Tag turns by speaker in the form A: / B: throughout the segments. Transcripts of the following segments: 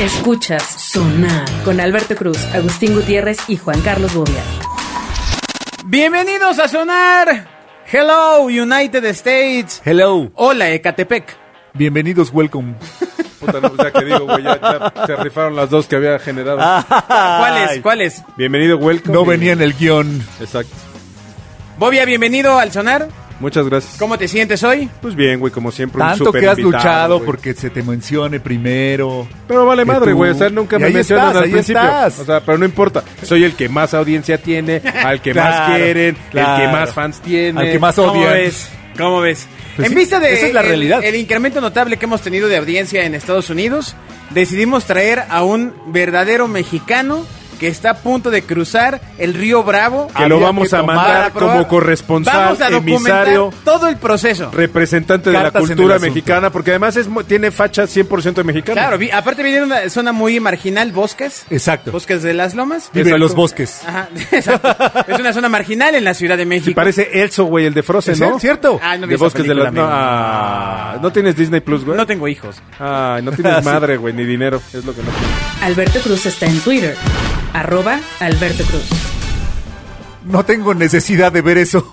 A: Escuchas Sonar con Alberto Cruz, Agustín Gutiérrez y Juan Carlos Bobia.
B: Bienvenidos a Sonar. Hello, United States.
C: Hello.
B: Hola, Ecatepec.
C: Bienvenidos, welcome.
D: Puta, no, o sea, que digo, güey, ya, ya se rifaron las dos que había generado.
C: Ah.
B: ¿Cuál es? ¿Cuál es?
D: Bienvenido, welcome.
C: No venía en el guión.
D: Exacto.
B: Bobia, bienvenido al Sonar.
D: Muchas gracias.
B: ¿Cómo te sientes hoy?
D: Pues bien, güey, como siempre, un
C: Tanto
D: súper
C: que has
D: invitado,
C: luchado
D: güey.
C: porque se te mencione primero.
D: Pero vale
C: que
D: madre,
C: tú-
D: güey, o sea, nunca
C: Y
D: me
C: ahí
D: mencionan
C: estás,
D: al
C: ahí
D: principio.
C: estás.
D: O sea, pero no importa. Soy el que más audiencia tiene, al que
C: Claro,
D: más quieren,
C: claro.
D: el que más fans tiene.
C: Al que más
B: ¿Cómo
C: odian.
B: ves? ¿Cómo ves?
C: Pues
B: en
C: sí,
B: vista de
C: esa es la
B: el-
C: realidad.
B: El, incremento notable que hemos tenido de audiencia en Estados Unidos, decidimos traer a un verdadero mexicano que está a punto de cruzar el río Bravo.
D: Que lo
B: Había
D: vamos a
B: tomar
D: mandar
B: probar.
D: como corresponsal,
B: Vamos a documentar
D: emisario.
B: todo el proceso.
D: Representante de la
C: Cartas en el
D: cultura
C: asunto.
D: mexicana, porque además es, mu- tiene facha 100% mexicana.
B: Claro, vi- aparte viene de una zona muy marginal, bosques.
C: Exacto.
B: Bosques de las lomas.
C: Vive en
D: Exacto. Ah,
C: los bosques.
B: Ajá, exacto. es una zona marginal en la Ciudad de México.
D: Y parece Elso, güey, el de Frozen,
C: ¿Es él,
D: ¿no?
C: cierto?
B: Ah, no vi
D: de
B: esa
D: Bosques de
B: película,
D: la... No,
B: amigo.
D: ah, ¿no tienes Disney Plus, güey?
B: No tengo hijos.
D: Ay, no tienes madre, güey, ni dinero. Es lo que no tienes.
A: Alberto Cruz está en Twitter, arroba Alberto Cruz.
C: No tengo necesidad de ver eso.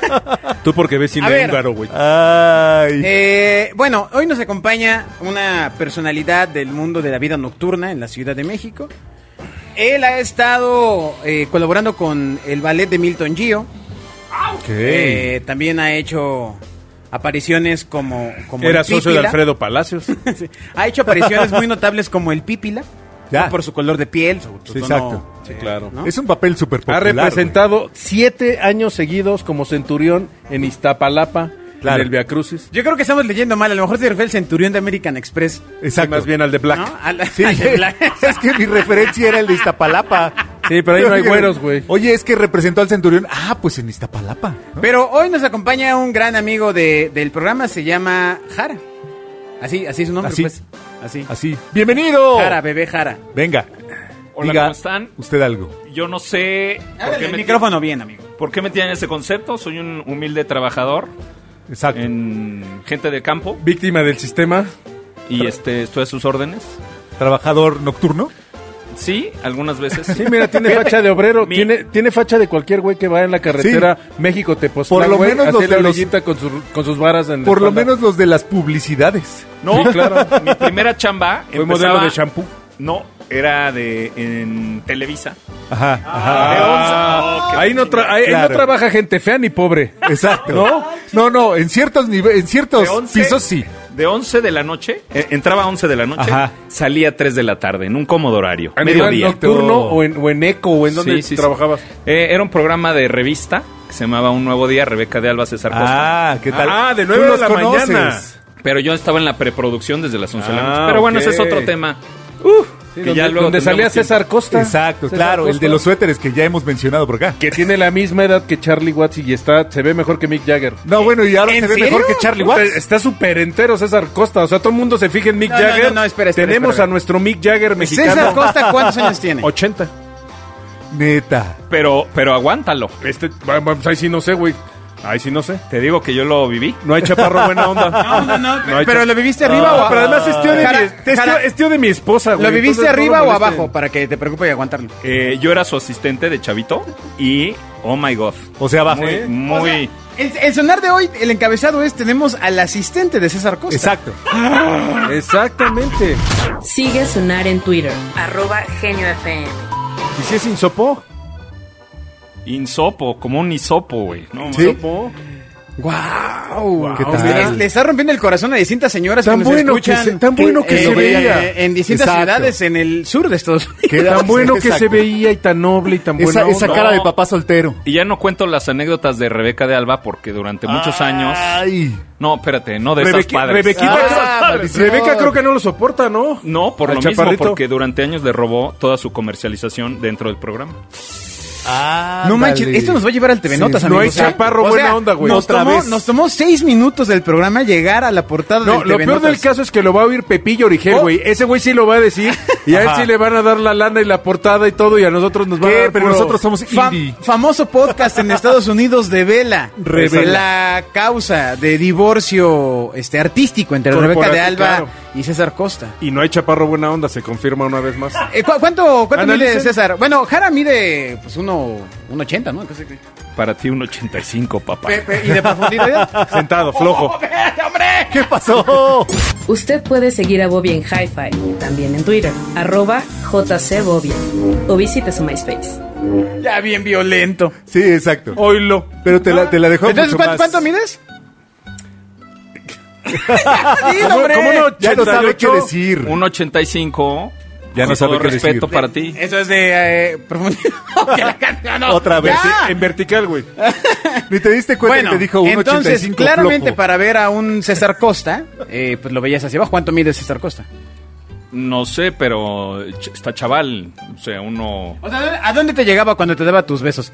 D: Tú porque ves
B: A
D: cine
B: ver. ah,
D: húngaro, güey.
C: Ay.
B: Eh, bueno, hoy nos acompaña una personalidad del mundo de la vida nocturna en la Ciudad de México. Él ha estado eh, colaborando con el ballet de Milton Gio. Eh, también ha hecho apariciones como, como
D: Era
B: el
D: socio de
B: Pípila.
D: Alfredo Palacios.
B: Sí. Ha hecho apariciones muy notables como el Pípila.
C: Ya.
B: ¿no? Por su color de piel, su, su tono,
C: Sí,
B: eh,
C: exacto.
D: Sí, claro.
B: ¿no?
C: Es un papel súper
D: Ha
C: popular.
D: representado siete años seguidos como centurión en Iztapalapa,
C: Claro.
D: en el Via Crucis.
B: Yo creo que estamos leyendo mal. A lo mejor se refiere al centurión de American Express.
C: güey. Exacto.
D: Sí, más bien al de Black.
B: ¿no? Ah. Al-
C: Sí,
B: al de Black.
C: es que mi referencia era el de Iztapalapa.
D: Sí, pero ahí no hay güeros, güey.
C: Oye, es que representó al centurión. Ah, pues en Iztapalapa. ¿no?
B: Pero hoy nos acompaña un gran amigo de- del programa, se llama Jara. Así, así es su nombre,
C: Así.
B: pues. Así.
C: Así. ¡Bienvenido!
D: Oh.
B: Jara, bebé Jara.
C: Venga.
E: Hola,
C: diga
E: ¿cómo están?
C: Usted algo.
E: Yo no sé por
B: Háblale
E: qué,
B: el
E: me,
B: micrófono bien, amigo.
E: por qué me tienen ese concepto. Soy un humilde trabajador
C: Exacto.
E: en gente de campo
D: Víctima del sistema.
E: y este estoy a sus órdenes.
C: Trabajador nocturno.
E: Sí, algunas veces. sí.
D: Sí, mira, tiene facha de obrero.
E: Mi-
D: Tiene, tiene facha de cualquier güey que va en la carretera México Tepoztlán,
C: Por lo
D: güey,
C: menos
D: así
C: los
D: en la
C: de los-
D: orillita con, sus- con sus varas en la
C: Por lo
D: espalda.
C: menos los de las publicidades.
E: No,
D: Sí, claro.
E: Mi primera chamba
D: Fue
E: empezaba-
D: modelo de shampoo.
E: No, era de en Televisa.
C: Ajá, ajá.
D: Ah,
E: Ah, qué
D: ahí, no tra- ahí- ahí
C: Claro.
D: no trabaja gente fea ni pobre.
C: Exacto.
D: ¿No?
C: No, no, en ciertos niveles, en
E: De
C: ciertos
E: 11
C: pisos sí.
E: De 11 de la noche, eh, entraba a 11 de la noche,
C: Ajá.
E: salía a 3 de la tarde, en un cómodo horario,
D: ¿En
E: mediodía.
D: el nocturno o en, o en eco o en
E: Sí,
D: donde
E: sí, sí.
D: trabajabas?
E: Eh, era un programa de revista que se llamaba Un Nuevo Día, Rebeca de Alba César Costa.
C: ¿qué
D: Ah, de
C: Tú
D: nueve de
C: los
D: la
C: conoces.
D: mañana.
E: Pero yo estaba en la preproducción desde las 11 de la
D: Ah,
E: noche. Pero bueno, ese es
D: ok.
E: otro tema.
D: Sí,
E: que
D: donde,
E: ya luego
D: donde salía
E: tendremos tiempo.
D: César Costa.
C: Exacto,
D: César
C: claro, el
D: Costa,
C: de los suéteres que ya hemos mencionado por acá.
D: Que tiene la misma edad que Charlie Watts y está, se ve mejor que Mick Jagger.
C: No, bueno, y ahora se
B: ¿En
C: ve
B: serio?
C: mejor que Charlie
D: Está-
C: Watts.
D: Está súper entero César Costa. O sea, todo el mundo se fija en Mick
B: No, no,
D: Jagger.
B: no, no, espera, espera,
D: Tenemos
B: espera.
D: a nuestro Mick Jagger mexicano.
B: César Costa, ¿cuántos años tiene?
D: 80.
C: Neta.
E: Pero, pero aguántalo.
D: Este, bueno, bueno, pues ahí sí no sé, güey. Ahí sí no sé.
E: Te digo que yo lo viví.
D: No hay chaparro buena onda.
B: No, no, no.
D: hay
B: pero
D: cha-
B: lo viviste arriba o
D: No, Pero además es tío de,
B: Jara,
D: mi, es tío-
B: Jara,
D: es tío de mi esposa, este güey.
B: ¿Lo viviste
D: Entonces, no
B: arriba
D: lo
B: o
D: molesten.
B: abajo? Para que te preocupe de aguantarlo.
E: Eh, yo era su asistente de chavito y oh my god.
C: O sea, abajo.
E: Muy, muy.
B: El, el sonar de hoy, el encabezado es: tenemos al asistente de César Costa.
C: Exacto.
D: Exactamente.
A: Sigue a Sonar en Twitter, arroba Genio FM.
D: ¿Y si es insopó?
E: Insopo, como un hisopo, güey. No,
C: Sí.
D: ¿Insopó?
B: ¡Wow!
C: ¿Qué tal?
B: Le, le está rompiendo el corazón a distintas señoras
D: Tan
B: que nos
D: bueno que
B: escuchan.
D: se- tan bueno que
B: en-
D: se
B: en-
D: veía.
B: En, distintas
C: Exacto.
B: ciudades en el sur de Estados Unidos.
C: Qué
D: Tan bueno que
C: Exacto.
D: se veía y tan noble y tan
C: Esa,
D: buena
C: esa
D: onda.
C: cara de
E: No.
C: papá soltero.
E: Y ya no cuento las anécdotas de Rebeca de Alba porque durante muchos años.
C: Ay.
E: No, espérate, no de esos
D: Rebeca,
E: padres.
D: Rebequita-
C: Ah,
D: esas padres.
C: maldición.
D: Rebeca creo que no lo soporta, ¿no?
E: No, por
D: Al
E: lo mismo,
D: chaparrito.
E: porque durante años le robó toda su comercialización dentro del programa.
C: Ah,
B: No manches, esto nos va a llevar al TV
C: Sí,
B: Notas,
C: no
B: amigos,
C: hay
B: o sea,
C: chaparro,
B: o
C: buena
B: sea,
C: onda, güey,
B: Nos,
C: otra
B: tomó,
C: vez.
B: nos tomó seis minutos del programa llegar a la portada
C: No,
B: del
C: lo
B: TV
C: peor del
B: Notas.
C: caso es que lo va a oír Pepillo Origel,
B: Oh.
C: güey. Ese güey sí lo va a decir. Y a él
D: Ajá.
C: sí le van a dar la lana y la portada y todo. Y a nosotros nos va a
B: ¿Qué?
C: dar.
B: Puro
C: fam-
B: fam- famoso podcast en Estados Unidos de Vela. Pues,
C: Revela.
B: La causa de divorcio este artístico entre
C: Corporativo,
B: Rebeca de Alba
C: claro.
B: y César Costa.
C: Y no hay chaparro buena onda, se confirma una vez más.
B: Eh, ¿cu- ¿Cuánto, cuánto mide
C: Analicen.
B: César? Bueno, Jara mide pues uno, un 80, ¿no? Casi que-
E: Para ti un 85, papá.
B: Pe- pe- ¿Y de profundidad?
C: Sentado, flojo.
B: ¿Qué pasó?
A: Usted puede seguir a Bobia en Hi-Fi, también en Twitter, arroba jcbobia, o visite su MySpace.
B: Ya bien violento.
C: Sí, exacto.
D: Oilo.
C: Pero te la, te la dejó
B: Oh, Entonces,
C: mucho
B: ¿cuánto,
C: más.
B: cuánto mides? Dilo,
C: ¿Cómo,
B: hombre.
C: cómo no?
B: Ya
C: Ya no sabe qué
D: 88.
C: decir.
E: Un 85.
C: Ya no
E: con
C: sabe
E: todo
C: qué
E: respeto
C: decir.
E: para ti.
B: Eso es de eh, profundidad. Que la canción, no.
C: Otra vez.
B: Ya.
C: En vertical, güey. Ni te diste cuenta
B: Bueno,
C: que te dijo un
B: entonces,
C: 85
B: claramente
C: flojo.
B: para ver a un César Costa, eh, pues lo veías hacia abajo. ¿Cuánto mide César Costa?
E: No sé, pero ch- está chaval. O sea, uno
B: O sea, ¿a dónde te llegaba cuando te daba tus besos?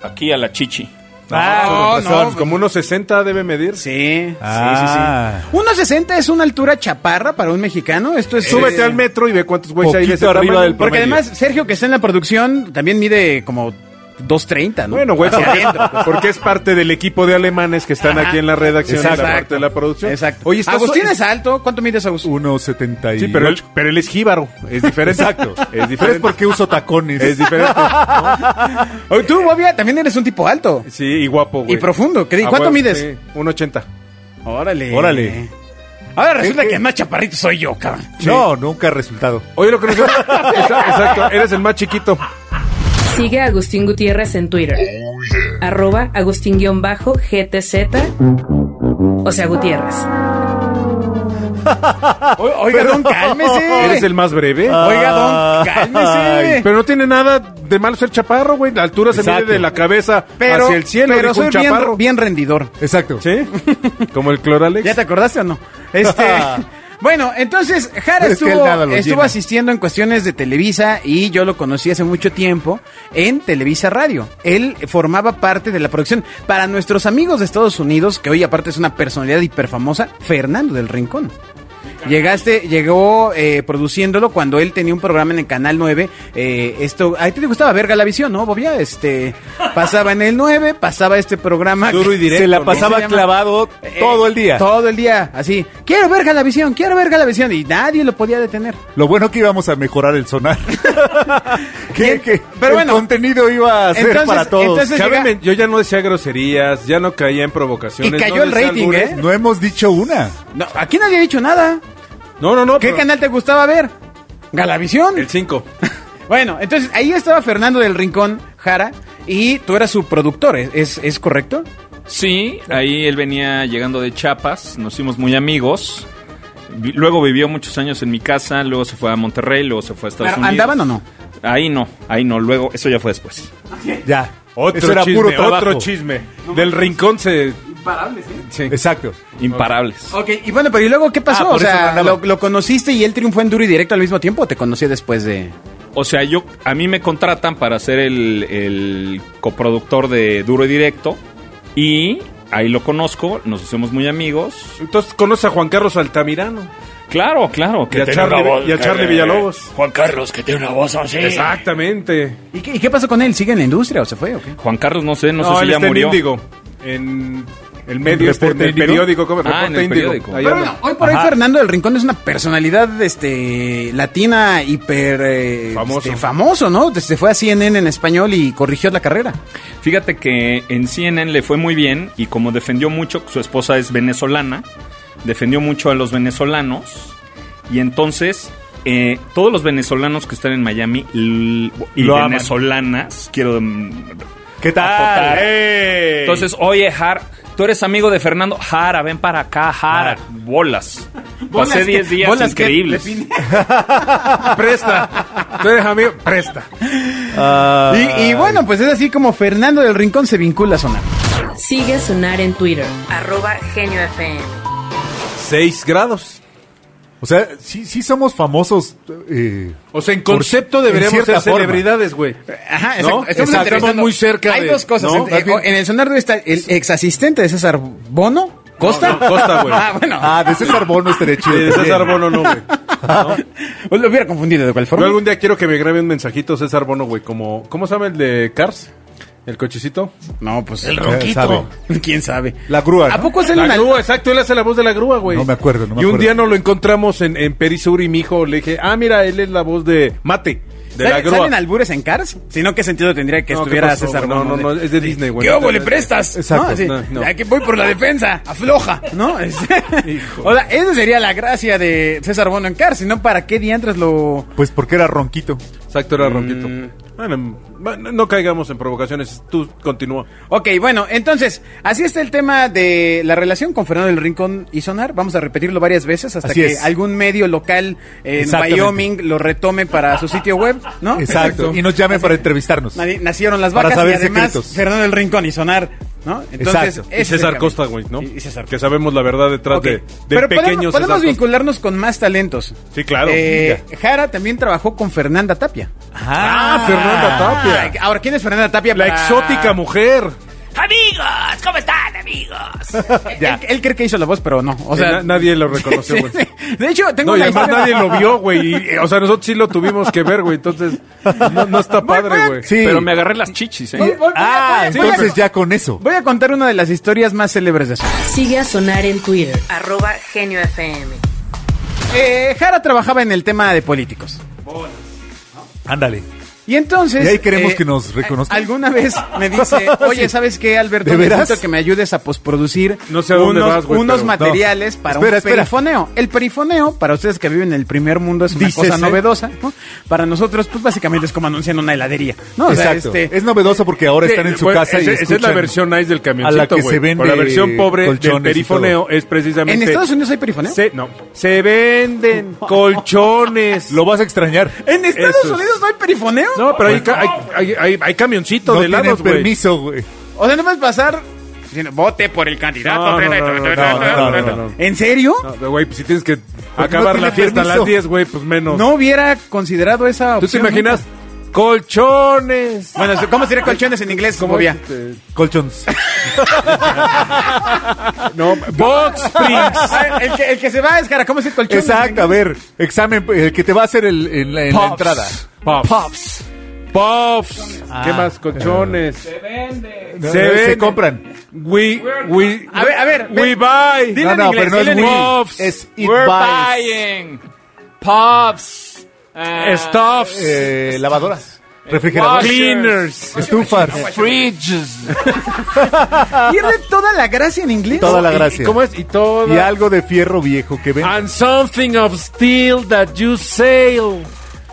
E: aquí a la chichi.
B: No,
D: Ah,
B: no,
D: con razón,
B: pues-
D: como unos 60 debe medir.
B: Sí,
C: Ah.
B: sí, sí, sí. 1.60 es una altura chaparra para un mexicano. Esto es.
D: Súbete
B: eh,
D: al metro y ve cuántos güeyes hay de ese
C: Poquito arriba
D: tamaño.
C: del
B: Porque
C: promedio.
B: además, Sergio, que está en la producción, también mide como 2.30, ¿no?
D: Bueno, güey,
B: Hacia
D: porque,
B: adentro, pues.
D: porque es parte del equipo de alemanes que están aquí en la redacción, en la
B: Exacto.
D: parte de la producción.
B: Exacto.
D: Oye, estás- Uh.
B: Agustín es alto. ¿Cuánto mides, Agustín?
C: 1.78.
D: Sí, pero él, pero él es jíbaro. Es diferente.
C: Exacto.
D: Es
C: Pero es
D: diferente.
C: porque uso tacones.
D: Es diferente.
B: Oye, tú, Bobia, también eres un tipo alto.
D: Sí, y guapo, güey.
B: Y profundo. ¿Qué di-
D: Ah,
B: ¿Cuánto
D: güey,
B: mides?
D: sí, 1.80.
B: Órale.
C: Órale.
B: Ahora resulta que el más chaparrito soy yo, cabrón.
C: No, nunca ha resultado.
D: Oye, lo que nos... Exa- Exacto, eres el más chiquito.
A: Sigue a Agustín Gutiérrez en Twitter, arroba agustín-gtz, o sea, Gutiérrez.
B: O- Oiga, don, cálmese.
D: Eres el más breve.
B: Oiga, don, cálmese.
D: Ay, pero no tiene nada de malo ser chaparro, güey. La altura se
C: Exacto.
D: mide de la cabeza
B: pero,
D: hacia el cielo.
B: pero
D: dijo
B: soy
D: un
B: bien,
D: chaparro.
B: bien rendidor.
C: Exacto.
D: ¿Sí? Como el Cloralex.
B: ¿Ya te acordaste o no? Este. Bueno, entonces Jara
C: Es que él
B: estuvo,
C: nada lo
B: estuvo
C: llena.
B: asistiendo en cuestiones de Televisa y yo lo conocí hace mucho tiempo en Televisa Radio. Él formaba parte de la producción. Para nuestros amigos de Estados Unidos, que hoy aparte es una personalidad hiperfamosa, Fernando del Rincón. Llegaste, llegó eh, produciéndolo cuando él tenía un programa en el Canal 9. eh, esto, a ti te gustaba ver Galavisión, ¿no, Bobia? Este, pasaba en el 9, pasaba este programa.
D: Duro y directo,
C: Se la
D: ¿no?
C: pasaba
B: Se llama-
C: clavado
B: eh,
C: todo el día.
B: Todo el día, así. Quiero ver Galavisión, quiero ver Galavisión. Y nadie lo podía detener.
C: Lo bueno que íbamos a mejorar el sonar. que,
B: Bien,
C: que
B: pero
C: el
B: bueno.
C: contenido iba a ser
B: Entonces-
C: para todos.
B: entonces-
D: Cabe
B: llega-
D: men- Yo ya no decía groserías, ya no caía en
B: Y
D: provocaciones.
B: cayó
D: no
B: el
D: decía
B: rating,
D: albures.
B: ¿eh?
C: No hemos dicho una.
B: No, aquí nadie ha dicho nada.
D: No, no, no.
B: ¿Qué
D: pero-
B: canal te gustaba ver? Galavisión.
D: El 5.
B: Bueno, entonces ahí estaba Fernando del Rincón, Jara, y tú eras su productor, ¿es- ¿es, es correcto?
E: Sí, ahí él venía llegando de Chiapas, nos hicimos muy amigos. Vi- Luego vivió muchos años en mi casa, luego se fue a Monterrey, luego se fue a Estados
B: Pero,
E: Unidos.
B: ¿andaban o no?
E: Ahí no, ahí no, luego, eso ya fue después.
C: Ya.
D: Otro
C: Eso era
D: chisme,
C: puro trabajo.
D: otro chisme. Del rincón se... Sí.
C: Exacto.
E: Imparables.
B: Ok, y bueno, pero ¿y luego qué pasó?
C: Ah, por
B: o
C: eso no
B: sea,
C: andaba.
B: lo, lo conociste y él triunfó en duro y directo al mismo tiempo o te conocí después de...?
E: O sea, yo, a mí me contratan para ser el, el coproductor de Duro y Directo y ahí lo conozco, nos hacemos muy amigos.
D: Entonces conoces a Juan Carlos Altamirano
E: Claro, claro.
D: y a, Charlie, y a Charlie Villalobos.
F: Juan Carlos, que tiene una voz así.
D: Exactamente.
B: ¿Y qué, y qué pasó con él? ¿Sigue en la industria o se fue o qué?
E: Juan Carlos, no sé, no, sé
D: él
E: si ya
D: está
E: murió.
D: en Índigo. En el medio,
C: ¿En
D: este, en
C: Reporte
D: el
C: Índigo?
D: periódico. ¿cómo?
E: Ah,
D: Reporte
E: en el
D: Índigo.
E: periódico.
D: Ahí
B: Pero
D: anda.
B: bueno, hoy por hoy
C: Ajá.
B: Fernando del Rincón es una personalidad este latina hiper eh,
D: Famoso.
B: este, famoso, ¿no? Se fue a CNN en español y corrigió la carrera.
E: Fíjate que en CNN le fue muy bien y como defendió mucho, su esposa es venezolana, defendió mucho a los venezolanos y entonces eh, todos los venezolanos que están en Miami l- y
C: Lo aman.
E: venezolanas, quiero... mm,
C: ¿Qué tal?
E: Aportar.
C: ¡Ey!
E: Entonces, oye, Jara, tú eres amigo de Fernando, Jara, ven para acá, Jara, bolas. Pasé 10 días
B: bolas que-
E: increíbles.
D: Presta. Tú eres amigo. Presta. Ah.
B: Y, y bueno, pues es así como Fernando del Rincón se vincula a Sonar.
A: Sigue a Sonar en Twitter, arroba geniofm.
D: 6 grados.
C: O sea, sí, sí somos famosos. eh,
D: O sea, en
C: por-
D: concepto
C: en
D: deberíamos
C: cierta
D: ser
C: forma.
D: celebridades, güey.
B: Ajá, exacto.
D: ¿No?
B: Estamos,
D: Exacto.
B: entrevistando-
D: Estamos muy cerca
B: Hay
D: de-
B: dos cosas.
D: ¿no?
B: Eh, o- En el sonar está el ex asistente de César Bono. ¿Costa?
D: No, no, Costa, güey.
B: Ah, bueno.
C: Ah, de César Bono estaría chido.
D: De
C: también.
D: Eh, César Bono no, güey.
B: Pues Lo hubiera confundido de cuál
D: Yo
B: forma.
D: algún día quiero que me grabe un mensajito César Bono, güey, como... ¿Cómo se llama el de Cars? ¿El cochecito?
B: No, pues. El
C: roquito.
B: ¿Quién sabe?
C: La grúa,
B: ¿A
C: ¿no?
B: poco es Pues en
D: La
B: una
D: grúa, exacto, él hace la voz de la grúa, güey.
C: No me acuerdo, no me
D: Y un
C: acuerdo.
D: día nos lo encontramos en, en Perisur y mi hijo le dije, ah, mira, él es la voz de Mate, de la
B: ¿Sale-
D: grúa.
B: ¿Salen albures en Cars? Si no, ¿qué sentido tendría que
D: No, ¿qué
B: estuviera
D: pasó,
B: César
D: güey? No,
B: Bono?
D: no, no, es de Disney, güey.
B: ¿Qué
D: No,
B: obo le
D: no,
B: prestas?
C: Exacto.
B: ¿No? Así,
D: No, no.
B: "Ya que voy por la defensa, afloja. ¿No? Es- o sea, esa sería la gracia de César Bono en Cars, si no, ¿para qué diantres lo...?
C: Pues porque era ronquito.
D: Exacto,
B: mm.
D: era Ronquito. Bueno, bueno, no caigamos en provocaciones, tú continúa.
B: Ok, bueno, entonces, así está el tema de la relación con Fernando del Rincón y Sonar. Vamos a repetirlo varias veces hasta
C: Así
B: que
C: es.
B: algún medio local en
C: Exactamente.
B: Wyoming lo retome para su sitio web, ¿no?
C: Exacto. Y nos llame para entrevistarnos.
B: Ah, Nadie- Nacieron las
C: Para
B: vacas
C: saber
B: y además
C: secretos.
B: Fernando del Rincón y Sonar, ¿no?
C: Exacto.
B: ese
D: Y
B: es el
D: César
B: camino.
D: Costa, güey, ¿no?
B: Y- y César
D: Que sabemos la verdad detrás
B: Ok,
D: de, del
B: Pero
D: pequeño
B: podemos,
D: César
B: podemos
D: Costa.
B: vincularnos con más talentos.
D: Sí, claro.
B: Eh, Jara también trabajó con Fernanda Tapia.
D: Ah, Fernanda Tapia.
B: Ah, Ahora, ¿quién es Fernanda Tapia?
D: La
B: para-
D: exótica mujer.
F: Amigos, ¿cómo están, amigos?
B: Él, él cree que hizo la voz, pero no. O sea,
D: Eh, Na- nadie lo reconoció,
B: Sí,
D: güey.
B: sí. De hecho, tengo
D: No, y
B: una
D: además
B: historia-
D: nadie lo vio, güey. y, eh, O sea, nosotros sí lo tuvimos que ver, güey. Entonces, no, no está padre, güey.
C: Sí.
E: Pero me agarré las chichis, ¿eh?
B: Voy- voy- voy a-
C: Ah,
B: voy a-
C: entonces ya con eso.
B: Voy a contar una de las historias más célebres de eso.
A: Sigue a Sonar en Twitter, arroba Genio FM.
B: Eh, Jara trabajaba en el tema de políticos.
C: Ándale.
B: Y entonces.
C: Y ahí queremos que nos reconozcan.
B: a- Alguna vez me dice, oye, ¿sabes qué, Alberto?
C: ¿De veras?
B: Necesito que me ayudes a posproducir
D: No sé a dónde
B: unos,
D: vas, güey,
B: unos
D: pero-
B: materiales para
C: Espera,
B: un
C: espera.
B: perifoneo. El perifoneo, para ustedes que viven en el primer mundo, es una
C: Dícese.
D: ¿eh?
B: cosa novedosa. ¿no? Para nosotros, pues básicamente es como anunciar una heladería. ¿no? O sea,
C: Exacto.
B: este-
C: Es novedoso porque ahora están en su
D: Güey,
C: casa
D: ese-
C: y
D: Esa es la
C: escuchan-
D: versión nice del camioncito,
C: a la que
D: güey.
C: se vende
D: Pero la versión pobre del
C: colchones y
D: perifoneo
C: todo.
D: es precisamente...
B: ¿En Estados Unidos hay perifoneo?
D: Se, no. Se venden colchones.
C: Lo vas a extrañar.
B: ¿En Estados
D: Eso es.
B: Unidos no hay perifoneo?
D: No, pero hay, ca- hay, hay, hay- hay camioncitos
C: Pues, No
D: de
C: tienen
D: helados, güey.
C: permiso, güey.
B: O sea, no puedes pasar diciendo, vote por el candidato.
D: No, no,
B: trena,
D: no,
B: trena,
D: no,
B: trena,
D: no,
B: trena,
D: no,
B: trena".
D: no, no.
B: ¿En serio?
D: No, pero, güey, pues si tienes que
C: no
D: acabar
C: tiene
D: la fiesta a
C: permiso.
D: las 10, güey, pues menos.
B: No hubiera considerado esa
D: ¿Tú te
B: opción
D: imaginas?
B: nunca.
D: Colchones.
B: Bueno, ¿cómo sería colchones en inglés? ¿Cómo
D: había?
B: había?
C: Colchons.
D: No, box springs.
B: Ah, el, que, el que se va es cara, ¿cómo es el colchón?
C: Exacto, a ver. Examen, el que te va a hacer el, en la, en la
D: Pops.
C: entrada.
D: Pops.
C: Pops.
D: Puffs. ¿Qué
C: Ah.
D: más? Colchones. Se
C: No,
D: venden.
C: no,
D: Se,
C: se compran.
D: We, we,
B: A ver, a ver,
D: We
B: ven.
D: buy.
B: Dile
C: No,
B: en
C: no,
B: inglés,
C: pero no es
B: dile en inglés.
C: we.
D: Pops.
C: Es it
E: We're
C: buys.
E: buying pops. eh,
D: Stuffs.
C: Eh, lavadoras. Refrigeradoras.
E: Wash.
D: cleaners.
C: Estufas.
E: Fridges.
B: Pierde toda la gracia en inglés.
C: Toda la
D: Y-
C: gracia.
D: y ¿Cómo es? Y todo.
C: Y algo de fierro viejo que ven.
D: And something of steel that you sail.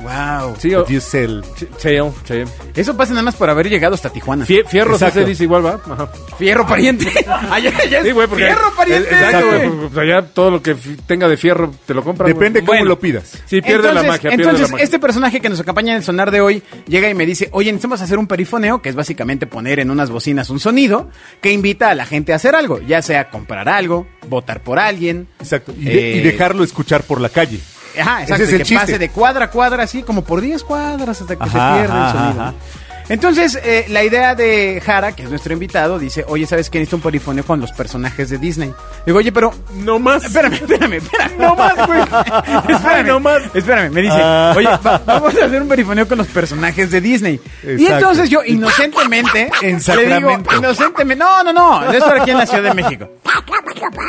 B: Wow.
D: Sí, o-
C: Diesel.
D: Sail, sail.
B: Eso pasa nada más por haber llegado hasta Tijuana.
D: Fie- Fierro sí
C: Exacto.
D: se dice Ah, igual, ¿va? Ajá.
B: Fierro pariente. Allá, allá es
D: Sí, güey, porque.
B: Fierro pariente.
D: Exacto,
B: güey.
D: güey. porque, pues, allá todo lo que fi- tenga de fierro te lo compran. güey.
C: Depende cómo
B: Bueno.
C: lo pidas.
D: Sí, pierde la magia. pierde
B: entonces
D: la magia.
B: este personaje que nos acompaña en el sonar de hoy llega y me dice, oye, necesitamos hacer un perifoneo, que es básicamente poner en unas bocinas un sonido que invita a la gente a hacer algo, ya sea comprar algo, votar por alguien.
C: Exacto. Y, de-
B: Eh,
C: y dejarlo escuchar por la calle.
B: Ajá,
C: Ese
B: exacto,
C: es
B: y
C: el
B: que
C: chiste.
B: pase de cuadra a cuadra, así como por 10 cuadras hasta que
C: Ajá,
B: se pierde
C: ajá,
B: el sonido.
C: ajá.
B: Entonces, eh, la idea de Jara, que es nuestro invitado, dice, oye, ¿sabes qué? Necesito un perifoneo con los personajes de Disney. Digo, oye, pero
D: No más.
B: Espérame, espérame, espérame. No más, güey. Espérame,
D: no más.
B: Espérame, me dice,
C: Ah.
B: oye, va- vamos a hacer un perifoneo con los personajes de Disney. Y
C: Exacto.
B: entonces yo, inocentemente, le
C: En
B: digo,
C: Sacramento.
B: inocentemente, no, no, no, es para aquí en la Ciudad de México.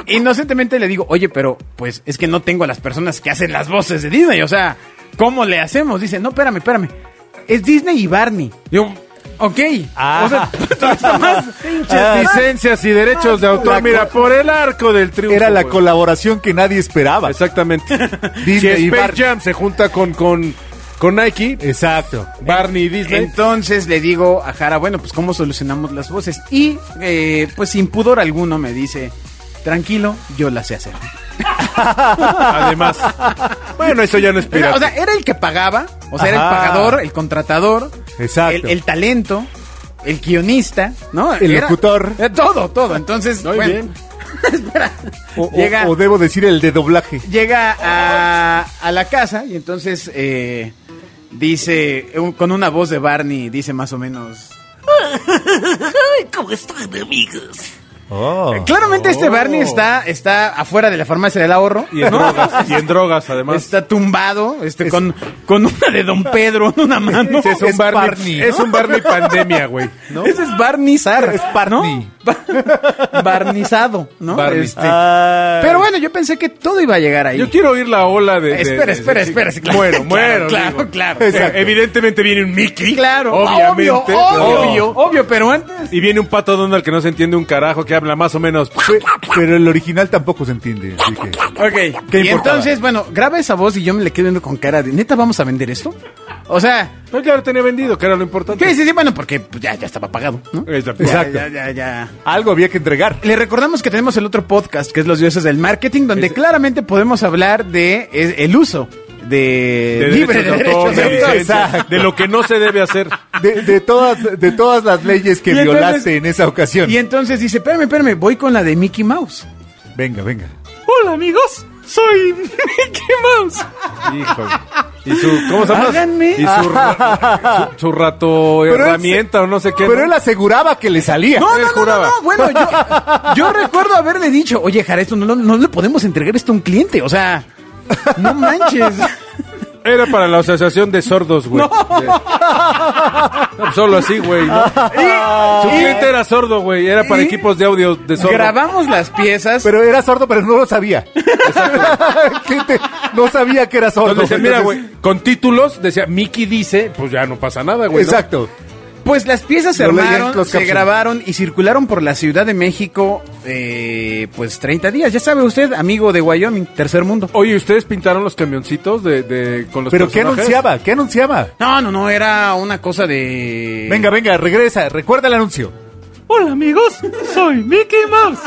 B: Inocentemente le digo, oye, pero pues es que no tengo a las personas que hacen las voces de Disney, o sea, ¿cómo le hacemos? Dice, no, espérame, espérame. Es Disney y Barney. Yo, ok. O sea, todo esto más.
C: Ah.
D: licencias y derechos de
C: La
D: autor. Mira,
C: co-
D: por el arco del triunfo.
C: Era la
D: güey.
C: colaboración que nadie esperaba.
D: Exactamente. si
C: Disney y
D: Space
C: Barney.
D: Jam se junta con, con, con Nike,
C: Exacto.
D: Barney y Disney.
B: Entonces le digo a Jara, bueno, pues cómo solucionamos las voces. Y eh, pues sin pudor alguno me dice, tranquilo, yo las sé hacer.
D: además. bueno, eso ya no es
B: Era-
D: pirata.
B: o sea, era el que pagaba, o sea, era el
C: Ajá.
B: pagador, el contratador,
C: Exacto.
B: El, el talento, el guionista, ¿no?
C: El
B: Era-
C: locutor.
B: era todo, todo. Entonces,
D: Muy
B: bueno,
D: bien.
B: Espera.
C: O, o-
B: llega,
C: o debo decir el de doblaje.
B: llega a, a la casa y entonces eh, dice, un- con una voz de Barney, dice más o menos...
F: Ay, ¿Cómo están, amigos?
C: Oh.
D: Oh.
B: Eh, Claramente este Barney está, está afuera de la farmacia del ahorro.
D: Y en drogas, y en drogas además.
B: Está tumbado, este, con, con una de Don Pedro en una mano.
D: Ese es un Barney,
C: Barney, ¿no?
D: es un Barney pandemia, güey.
B: ¿no? Ese es barnizar.
C: Es Barney.
B: ¿no? Ba- Barnizado, ¿no?
D: Barney.
B: Este, Pero bueno, yo pensé que todo iba a llegar ahí.
D: Yo quiero oír la ola de. de-
B: espera,
D: de-
B: espera,
D: de-
B: espera. claro,
D: Muero,
B: claro,
D: muero.
B: Claro,
D: digo.
B: claro.
D: Eh, Evidentemente viene un Mickey.
B: Claro,
D: obviamente.
B: obvio, obvio,
D: obvio.
B: obvio, pero antes.
D: Y viene un pato Donald que no se entiende un carajo, que habla más o menos.
C: Pe- Pero el original tampoco se entiende. así que-
B: Ok,
C: ¿Qué
B: y
C: importaba?
B: entonces, bueno, graba esa voz y yo me le quedo viendo con cara de, ¿neta vamos a vender esto? O sea,
D: No, pues ya lo tenía vendido, que era lo importante.
B: sí, sí, sí, bueno, porque pues, ya, ya estaba pagado, ¿no?
D: Exacto.
C: Exacto.
B: Ya, ya, ya, ya.
C: Algo había que entregar.
B: Le recordamos que tenemos el otro podcast, que es Los Dioses del Marketing, donde claramente podemos hablar de es- el uso de,
D: De
B: libre
D: derechos
B: de
D: de autor,
B: derechos de
D: de
B: autor.
D: licencia,
B: Exacto.
D: de lo que no se debe hacer.
C: De, de todas, de todas las leyes que
B: Y entonces-
C: violaste en esa ocasión.
B: Y entonces dice, espérame, espérame, voy con la de Mickey Mouse.
C: Venga, venga.
E: Hola amigos, soy Mickey Mouse.
D: Híjole. Y su, ¿cómo se llama?
B: Háganme.
D: Y su, ra- su, su rato
C: Pero él se-
D: herramienta o no sé qué.
C: Pero
D: ¿no?
C: él aseguraba que le salía.
B: No, no,
D: Él
B: no, no,
D: juraba.
B: no, bueno, yo, yo recuerdo haberle dicho, oye, Jara, esto no, lo- no le podemos entregar esto a un cliente, o sea, no manches.
D: Era para la asociación de sordos, güey. De- No, solo así, güey. ¿no? Su cliente era sordo, güey. Era para
B: y-
D: equipos de audio de sordo.
B: Grabamos las piezas.
C: Pero era sordo, pero no lo sabía. Gente, no sabía que era sordo.
D: Entonces decía, mira,
C: Entonces,
D: güey, con títulos decía, Mickey dice, pues ya no pasa nada, güey. ¿no?
C: Exacto.
B: Pues las piezas se
C: Lo leía en
B: armaron,
C: closed
B: se
C: caption.
B: grabaron y circularon por la Ciudad de México, eh, pues 30 días. Ya sabe usted, amigo de Wyoming, tercer mundo.
D: Oye, ¿ustedes pintaron los camioncitos de, de- con los
C: Pero ¿qué
D: personajes?
C: anunciaba? ¿Qué anunciaba?
B: No, no, no, era una cosa de...
C: Venga, venga, regresa, recuerda el anuncio.
E: Hola amigos, soy Mickey Mouse.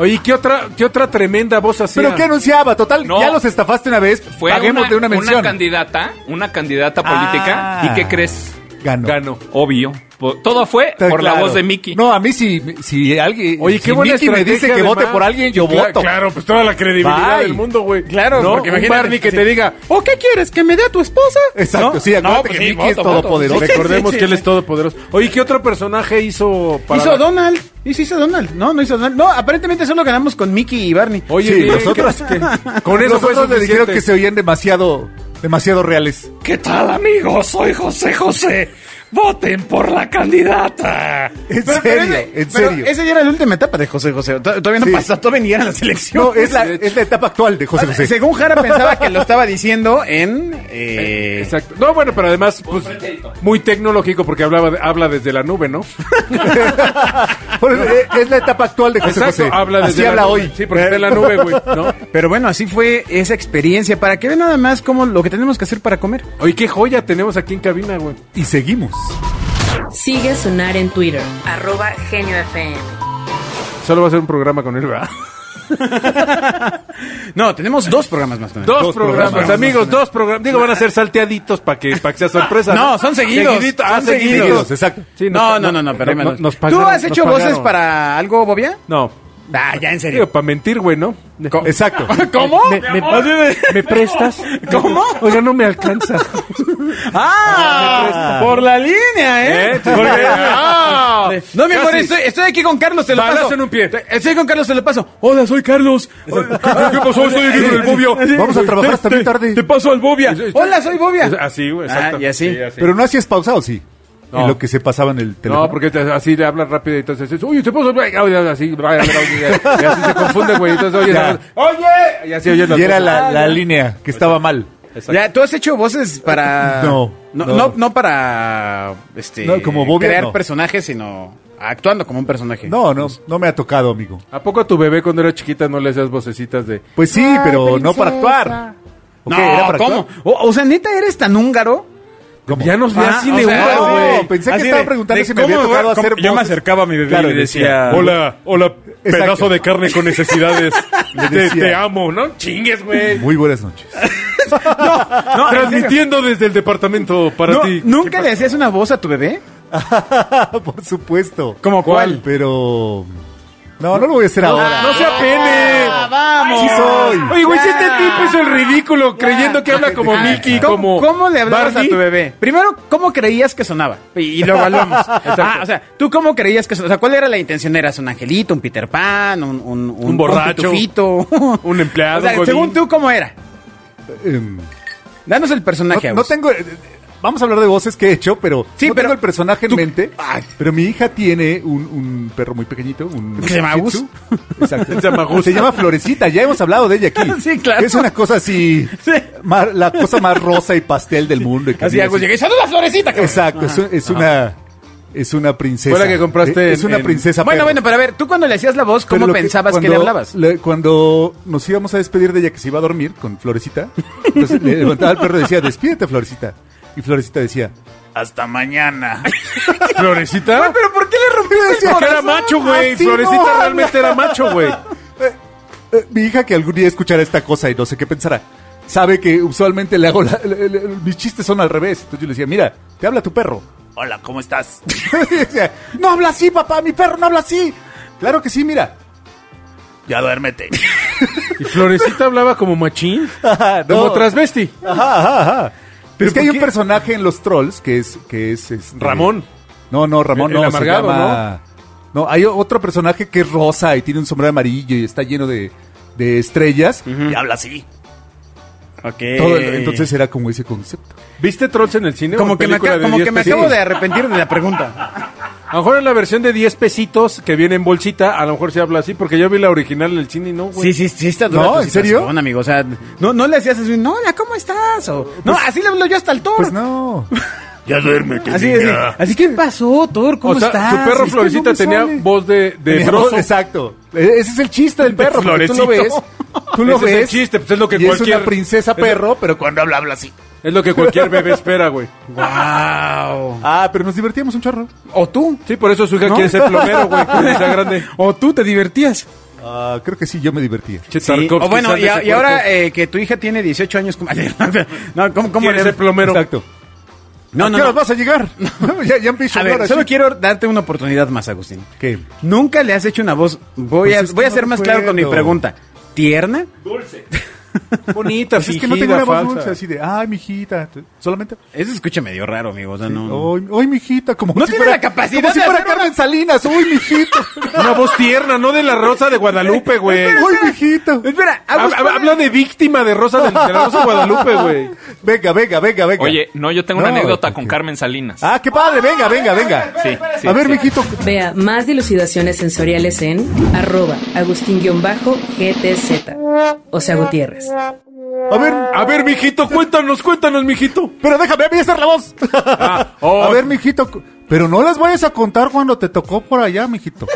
D: Oye, ¿y ¿qué otra, qué otra tremenda voz hacía?
C: ¿Pero qué anunciaba? Total,
E: No.
C: ya los estafaste una vez,
E: Fue
C: paguemos
E: una,
C: de una mención.
E: candidata, una candidata
C: Ah.
E: política. ¿Y qué crees?
C: Ganó.
D: Ganó.
E: Obvio. Po- Todo fue
C: Está
E: por la
C: claro.
E: voz de Mickey.
C: No, a mí si, si alguien.
D: Oye, qué
C: si
D: buena
C: Mickey me
D: estrategia
C: dice que
D: de
C: vote
D: mar-
C: por alguien, yo
D: Cla-
C: voto.
D: Claro, pues toda la credibilidad
C: Bye.
D: del mundo, güey.
B: Claro,
D: no,
B: porque
D: un
B: imagínate-
D: Barney que te diga,
B: ¿O qué quieres, que me dé a tu esposa?
C: Exacto, sí, acuérdate
B: pues
C: que
B: sí,
C: Mickey es
B: voto, voto.
C: todopoderoso.
B: Sí, sí,
D: recordemos
B: sí, sí.
D: que él es todopoderoso. Oye, ¿qué otro personaje hizo para
B: Hizo
D: la-
B: Donald. Hizo, hizo Donald. No, no hizo Donald. No, aparentemente solo ganamos con Mickey y Barney.
D: Oye,
C: Sí,
D: bien,
C: nosotros-
D: que- que- con eso fue
C: Nosotros le dijeron
D: suficiente.
C: que se oían demasiado, demasiado reales.
E: ¿Qué tal amigos? Soy José José. Voten por la candidata.
C: En
B: Pero- pero
C: serio,
B: ese-
C: en
B: pero
C: serio.
B: Esa ya era la última etapa de José José. To- Todavía no
C: Sí.
B: pasó, todavía ni era la selección.
C: No, es la, es la etapa actual de José José.
B: Según Jara pensaba que lo estaba diciendo en... eh,
D: Exacto. No, bueno, pero además, pues, muy tecnológico porque hablaba de- habla desde la nube, ¿no?
C: Por eso, eh, es la etapa actual de José
D: Exacto,
C: José.
D: habla desde
C: Así
D: la
C: habla
D: nube.
C: hoy.
D: Sí, porque está en la nube, güey, ¿no?
B: Pero bueno, así fue esa experiencia para que vean nada más como lo que tenemos que hacer para comer.
D: Oye, qué joya tenemos aquí en cabina, güey.
C: Y seguimos.
A: Sigue a Sonar en Twitter, arroba Genio FM.
D: Solo va a ser un programa con él, ¿verdad?
B: No, tenemos dos programas más. con él.
D: Dos, programas,
B: programas.
D: amigos, dos programas. Digo, van a ser salteaditos para que, pa' que sea sorpresa.
B: No, son seguidos,
D: Seguidito,
B: son
D: ah, seguidos.
C: seguidos, exacto.
D: Sí,
B: no, no, no, no, pero ahí más.
D: nos
B: ¿Tú
D: pagaron,
B: has
D: nos
B: hecho voces
D: pagaron.
B: para algo, Bobia?
D: No.
B: Ah, ya, en
D: Digo,
B: serio.
D: para mentir, güey, ¿no?
C: Exacto.
B: ¿Cómo?
D: Me, me- ¿me prestas?
B: ¿Cómo?
D: Oiga, no me alcanza.
B: ¡Ah! Por la línea, ¿eh?
D: ¿Eh? Porque- ¡Ah!
B: No, mi amor,
D: Casi.
B: estoy, estoy aquí con Carlos, te lo
D: Balazo
B: paso.
D: en un pie.
B: Estoy con Carlos, te lo paso. Hola, soy Carlos. Hola.
D: ¿Qué pasó? Estoy aquí con el bobio.
C: Vamos a trabajar hasta muy tarde.
D: paso al bobia.
B: Hola, soy Bobia.
D: Así, güey, exacto.
B: Ah, y así.
C: Pero no así es pausado, sí.
D: No.
C: En lo que se pasaba en el teléfono.
D: No, porque te- así le hablan rápido y entonces dices, oye, te puedo... Ay, ay, ay, Así, ay, ay, ay, ay, y así se confunde, güey. Entonces, oye,
C: Ya.
D: la- oye, y así oye
C: Y era
D: Ah,
C: la, la línea que estaba mal.
B: Ya, ¿tú has hecho voces para...?
C: No,
B: No,
C: no.
B: no, no para... Este,
C: No, como Bobia,
B: Crear
C: no.
B: personajes, sino actuando como un personaje.
C: No, no, no me ha tocado, amigo.
D: ¿A poco a tu bebé cuando era chiquita no le hacías vocecitas de...
C: Pues sí, pero no para actuar. ¿O
B: No,
C: qué, era para
B: ¿cómo?
C: actuar?
B: O, o sea, ¿neta eres tan húngaro?
C: ¿Cómo?
D: Ya nos ve
B: Ah,
D: así
B: o
D: de
B: sea,
D: una,
C: no,
D: güey.
C: pensé que
B: Así
C: estaba
B: de-
C: preguntando
B: de
C: si me había
B: cómo-
C: tocado hacer
B: cómo- yo me
C: voces.
B: acercaba a mi bebé
C: Claro,
B: y le decía,
D: Hola, hola,
C: Exacto.
D: pedazo de carne con necesidades.
C: Le
D: te,
C: decía.
D: te amo, ¿no? Chingues, güey.
C: Muy buenas noches.
D: Transmitiendo desde el departamento para
B: No,
D: ti.
B: ¿Nunca le hacías una voz a tu bebé?
C: Por Ah, supuesto.
B: ¿Cómo cuál?
C: Pero No, no lo voy a hacer ahora.
D: No se apene.
B: Ah, vamos.
C: Sí soy.
D: Oye, güey, si este
B: Ya.
D: tipo hizo el ridículo creyendo que habla como
B: Ah,
D: Mickey,
B: ¿cómo,
D: como
B: ¿Cómo le hablabas
D: Barney?
B: a tu bebé? Primero, ¿cómo creías que sonaba? Y, y luego hablamos. ah, o sea, ¿tú cómo creías que sonaba? O sea, ¿cuál era la intención? ¿Eras un angelito, un Peter Pan, un... Un, un,
D: borracho,
B: Un, pitufito?
D: un empleado,
B: O sea,
D: un
B: según
D: godín.
B: tú, ¿cómo era?
C: Em,
B: Danos el
C: no,
B: personaje.
C: no
B: Agus.
C: tengo. eh, Vamos a hablar de voces que he hecho, pero
B: Sí,
C: no
B: pero
C: tengo el personaje en
B: tú-
C: mente. pero mi hija tiene un, un perro muy pequeñito, un
B: ¿Que se llama
C: Shih
B: Gus?
C: Tzu. Exacto.
D: Se llama Gus.
C: Se llama Florecita, ya hemos hablado de ella aquí.
B: Sí, claro.
C: Es una cosa así,
B: Sí.
C: mar- la cosa más rosa y pastel del mundo. y que
B: Así,
C: mira,
B: Agus
C: así-
B: llega y saluda a Florecita. cabrón".
C: Exacto, es, un- es una es una princesa. Eh,
D: Fue la que compraste
C: Es una
D: en-
C: princesa.
B: Bueno,
C: perro.
B: bueno, pero a ver, tú cuando le hacías la voz,
C: Pero
B: ¿cómo
C: lo
B: pensabas que, le
C: cuando
B: hablabas?
C: le- cuando nos íbamos a despedir de ella que se iba a dormir con Florecita, entonces le levantaba el perro y decía, despídete Florecita. Y Florecita decía,
F: Hasta mañana.
D: ¿Florecita?
B: ¿Pero por qué le rompiste el
D: Porque era
B: corazón?
D: macho, güey.
C: Así
D: Florecita
C: no habla.
D: realmente era macho, güey.
C: Eh, mi hija que algún día escuchará esta cosa y no sé qué pensará. Sabe que usualmente le hago la- le- le- mis chistes son al revés. Entonces yo le decía, mira, te habla tu perro.
F: Hola, ¿cómo estás?
C: Y decía, no habla así, papá, mi perro no habla así. Claro que sí, mira.
F: Ya duérmete.
D: ¿Y Florecita hablaba como machín?
C: Ajá, Ah, no.
D: Como transvesti.
C: Ajá, ajá, ajá.
D: ¿Pero
C: es que
D: por
C: hay un
D: qué?
C: personaje en los trolls que es que es este-
D: Ramón.
C: No, no, Ramón
D: El- el
C: no, se
D: amargado,
C: llama... ¿no? hay otro personaje que es rosa y tiene un sombrero amarillo y está lleno de, de estrellas.
F: Y habla así.
B: Ok.
C: Todo- entonces era como ese concepto.
D: ¿Viste Trolls en el cine?
B: Como
D: Una
B: que me,
D: película
B: acabo-
D: de
B: como
D: 10
B: que me
D: pesitos.
B: acabo de arrepentir de la pregunta.
D: A lo mejor en la versión de 10 pesitos que viene en bolsita, a lo mejor se habla así, porque yo vi la original en el cine y no, güey.
B: Sí, sí, sí está dura
C: No,
B: tu
C: ¿en serio?
B: situación, amigo, o sea, no, no le hacías así, no, hola, ¿cómo estás? O, no, así le hablo yo hasta el Thor.
C: Pues no.
F: Ya duérmete.
B: así, así,
F: niña.
B: así, ¿qué pasó, Thor? ¿Cómo
D: o sea,
B: estás?
D: su
B: Es
D: perro
B: que
D: Florecita
B: no me
D: tenía
B: sale.
D: voz de, de
C: Tenía
D: droso.
C: voz- Exacto. E- Ese es el chiste del perro. porque Tú lo ves.
D: Florecito.
C: Tú lo
D: Ese es
C: ves.
D: el chiste, pues es lo que
C: y
D: cualquier-
C: Es una princesa perro, pero cuando.
F: Cuando habla, habla así.
D: Es lo que cualquier bebé espera, güey.
B: Wow.
C: Ah, pero nos divertíamos un chorro.
B: O tú,
D: Sí, por eso su hija quiere ser plomero, güey, cuando sea grande. Oh,
B: o tú te divertías.
C: Ah, creo que sí, yo me divertía.
D: Che,
B: Sí.
D: Tarkovsky,
B: O bueno,
D: sale
B: y, a-
D: ese
B: y ahora
D: cuerpo.
B: eh, que tu hija tiene 18 años, ¿cómo, no, ¿cómo, cómo
D: Quiere
B: le-
D: ser plomero.
C: Exacto.
B: No,
C: ¿A
B: no,
C: qué
B: no.
C: horas vas a llegar? ya, ya empiezo
B: A
C: hablar
B: ver,
C: así.
B: solo quiero darte una oportunidad más, Agustín.
C: ¿Qué?
B: Nunca le has hecho una voz, voy
C: Pues
B: a,
C: es que
B: voy a
C: no
B: ser más claro con mi
C: recuerdo.
B: pregunta. ¿Tierna?
D: Bonita,
C: Pues es que no tengo
D: fingida,
C: una voz
D: falsa.
C: dulce así de, ay, mijita. Solamente.
B: Eso escucha medio raro, amigo, o sea, no- no.
D: Oh.
C: Hoy, hoy mijita, como
B: No
C: si
B: tiene
C: fuera,
B: la capacidad
C: Como si
B: de
C: fuera
B: hacer una-
C: Carmen Salinas. Uy, mijito.
D: Una voz tierna, no de la Rosa de Guadalupe, güey.
C: Uy, mijito.
B: Espera, Agus,
D: Hab- hab- Habla de víctima de Rosa de, de la Rosa de Guadalupe, güey.
C: Venga, venga, venga, venga.
E: Oye, no, yo tengo
C: No,
E: una anécdota con
C: ok.
E: Carmen Salinas.
C: Ah, qué padre. Venga, venga, venga.
E: sí, sí,
C: a ver,
E: sí.
C: mijito.
A: Vea más dilucidaciones sensoriales en arroba agustín-gtz. O sea, Gutiérrez.
C: A ver.
D: A ver, mijito, cuéntanos, cuéntanos, mijito.
C: Pero déjame a mí hacer la voz.
E: Ah,
D: oh.
C: A ver, mijito. cu- Pero no las vayas a contar cuando te tocó por allá, mijito.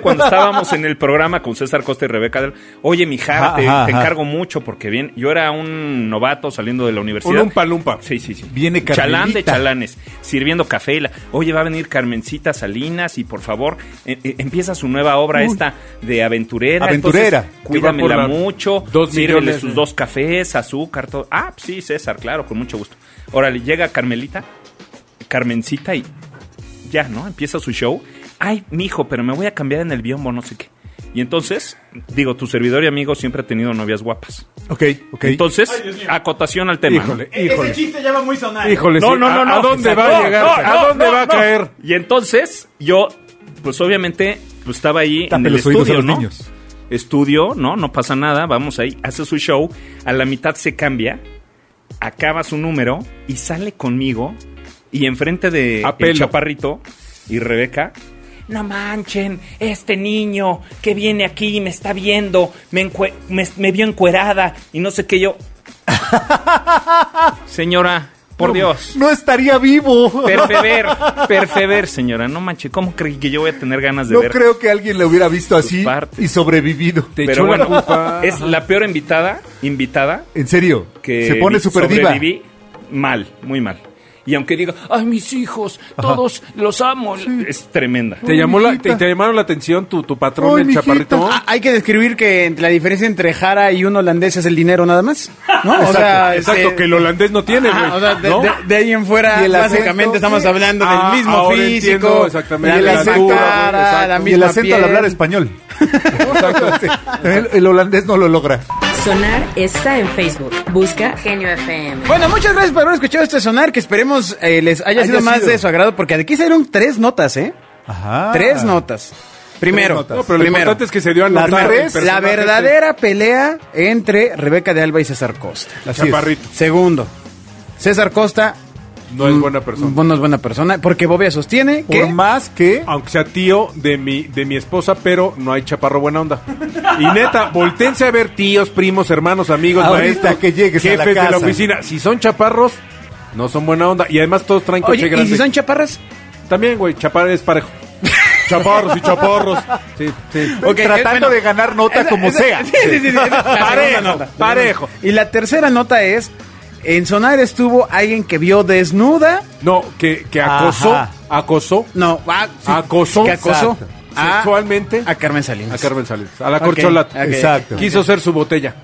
E: cuando estábamos en el programa con César Costa y Rebeca, del- oye, mi hija,
C: Ajá,
E: te,
C: ajá,
E: te
C: ajá.
E: encargo mucho porque bien, yo era un novato saliendo de la
D: Un
E: universidad.
D: umpa lumpa.
E: Sí, sí, sí.
C: Viene
E: Chalán de
C: Carmelita.
E: chalanes, sirviendo café. y la- Oye, va a venir Carmencita Salinas y por favor, eh, eh, empieza su nueva obra esta de aventurera.
C: Aventurera.
E: Entonces, cuídamela
D: Que va por la-
E: mucho.
D: dos
E: sírvele
D: millones,
E: sus
D: eh.
E: dos cafés, azúcar, todo. Ah, sí, César, claro, con mucho gusto. Órale, llega Carmelita, Carmencita y ya, ¿no? Empieza su show. Ay, mijo, pero me voy a cambiar en el biombo, no sé qué. Y entonces, digo, tu servidor y amigo siempre ha tenido novias guapas.
C: Ok, ok.
E: Entonces, acotación al tema. ¿no?
D: Híjole, híjole.
B: chiste ya va muy
C: Ah,
B: sonado.
D: Híjole,
E: No,
D: sí.
E: no,
D: ¿A-
E: no, no.
D: ¿A dónde
E: Exacto.
D: va a llegar?
E: No,
D: ¿A
E: no,
D: dónde
E: no,
D: va a
E: no.
D: caer?
E: Y entonces yo, pues obviamente, pues estaba ahí
C: Tape
E: en el
C: los oídos a
E: estudio,
C: los
E: ¿no?
C: niños.
E: Estudio, no, no pasa nada, vamos ahí, hace su show, a la mitad se cambia, acaba su número y sale conmigo y enfrente de
D: A pelo.
E: el chaparrito y Rebeca. No manchen, este niño que viene aquí me está viendo, me, encue- me, me vio encuerada y no sé qué yo. Señora, por Dios.
C: No estaría vivo.
E: Persever, persever, señora. No manches, ¿cómo creí que yo voy a tener ganas de
C: No
E: ver?
C: creo que alguien le hubiera visto así
E: partes.
C: y sobrevivido.
E: Pero
D: la
E: bueno,
D: culpa.
E: es la peor invitada, invitada,
C: En serio.
E: que
C: se pone
E: vi-
C: super diva.
E: sobreviví mal, muy mal. Y aunque diga, ay, mis hijos, todos los amo, es tremenda.
D: ¿Te, llamó la, te, te llamaron la atención tu, tu patrón,
C: Ay,
D: el
C: mijita.
D: chaparrito?
B: Ah, Hay que describir que entre la diferencia entre Jara y un holandés es el dinero nada más. ¿no? O sea,
D: Exacto,
B: este,
D: que el holandés no tiene, güey.
B: ajá, o sea, de,
D: ¿no?
B: de- de ahí en fuera,
C: Y el
B: básicamente
C: acento,
B: estamos
C: sí.
B: hablando
D: Ah,
B: del mismo
D: ahora entiendo
B: físico,
D: exactamente
B: de
C: la
B: la misma
C: altura,
B: cara,
D: exacto.
B: la misma
C: Y el acento al
B: piel.
C: hablar español. Exacto. El, el holandés no lo logra.
A: Sonar está en Facebook. Busca Genio FM.
B: Bueno, muchas gracias por haber escuchado este sonar, que esperemos eh, les haya,
C: Haya
B: sido más
C: sido.
B: de su agrado, porque de aquí salieron tres notas, ¿eh?
C: Ajá.
B: Tres notas. Primero,
C: notas.
D: Ah. No, pero lo
B: primero.
D: importante es que se dio a
B: La,
D: notar el
B: tres, la
D: personaje
B: verdadera pelea entre Rebeca de Alba y César Costa.
C: Así es.
D: Chaparrito.
B: Segundo, César Costa
D: No
C: Mm.
D: es buena persona.
B: no es buena persona, porque Bobia sostiene que...
C: Por más que.
D: Aunque sea tío de mi, de mi esposa, pero no hay chaparro buena onda. Y neta, voltense a ver tíos, primos, hermanos, amigos,
C: Ahorita
D: maestros,
C: que llegues a la
D: jefes de la
C: casa.
D: oficina. Si son chaparros, no son buena onda. Y además todos traen coche
B: Oye, ¿y
D: grande.
B: si son chaparras?
D: También, güey, chaparro es parejo. chaparros y chaparros. Sí, sí.
B: Ok,
C: tratando
B: eh, bueno.
C: de ganar nota
B: Esa-
C: como
B: esa-
C: sea.
B: Sí, sí, sí, sí, esa es la
D: Parejo,
B: segunda nota.
D: parejo.
B: Y la tercera nota es, en Sonar estuvo alguien que vio desnuda...
D: No, que, que acosó,
C: Ajá.
D: acosó
B: No, ah, sí,
D: Acosó.
B: que acosó
D: Exacto.
B: a-
D: Sexualmente.
B: Ah. a Carmen Salinas.
D: a Carmen Salinas, a la
B: Ok,
D: corcholata.
B: ok.
C: Exacto.
D: Quiso ser su botella.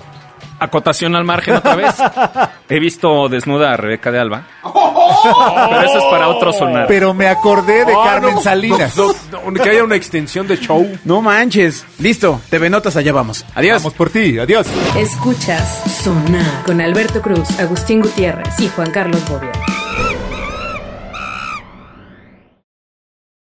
E: Acotación al margen otra vez. He visto desnuda a Rebeca de Alba. Pero eso es para otro sonar.
C: Pero me acordé de
D: Ah,
C: Carmen
D: no,
C: Salinas.
D: no, no, no, que haya una extensión de show.
B: No manches. Listo, TV Notas, allá vamos. Adiós.
C: Vamos por ti, adiós.
A: Escuchas Sonar con Alberto Cruz, Agustín Gutiérrez y Juan Carlos Bobia.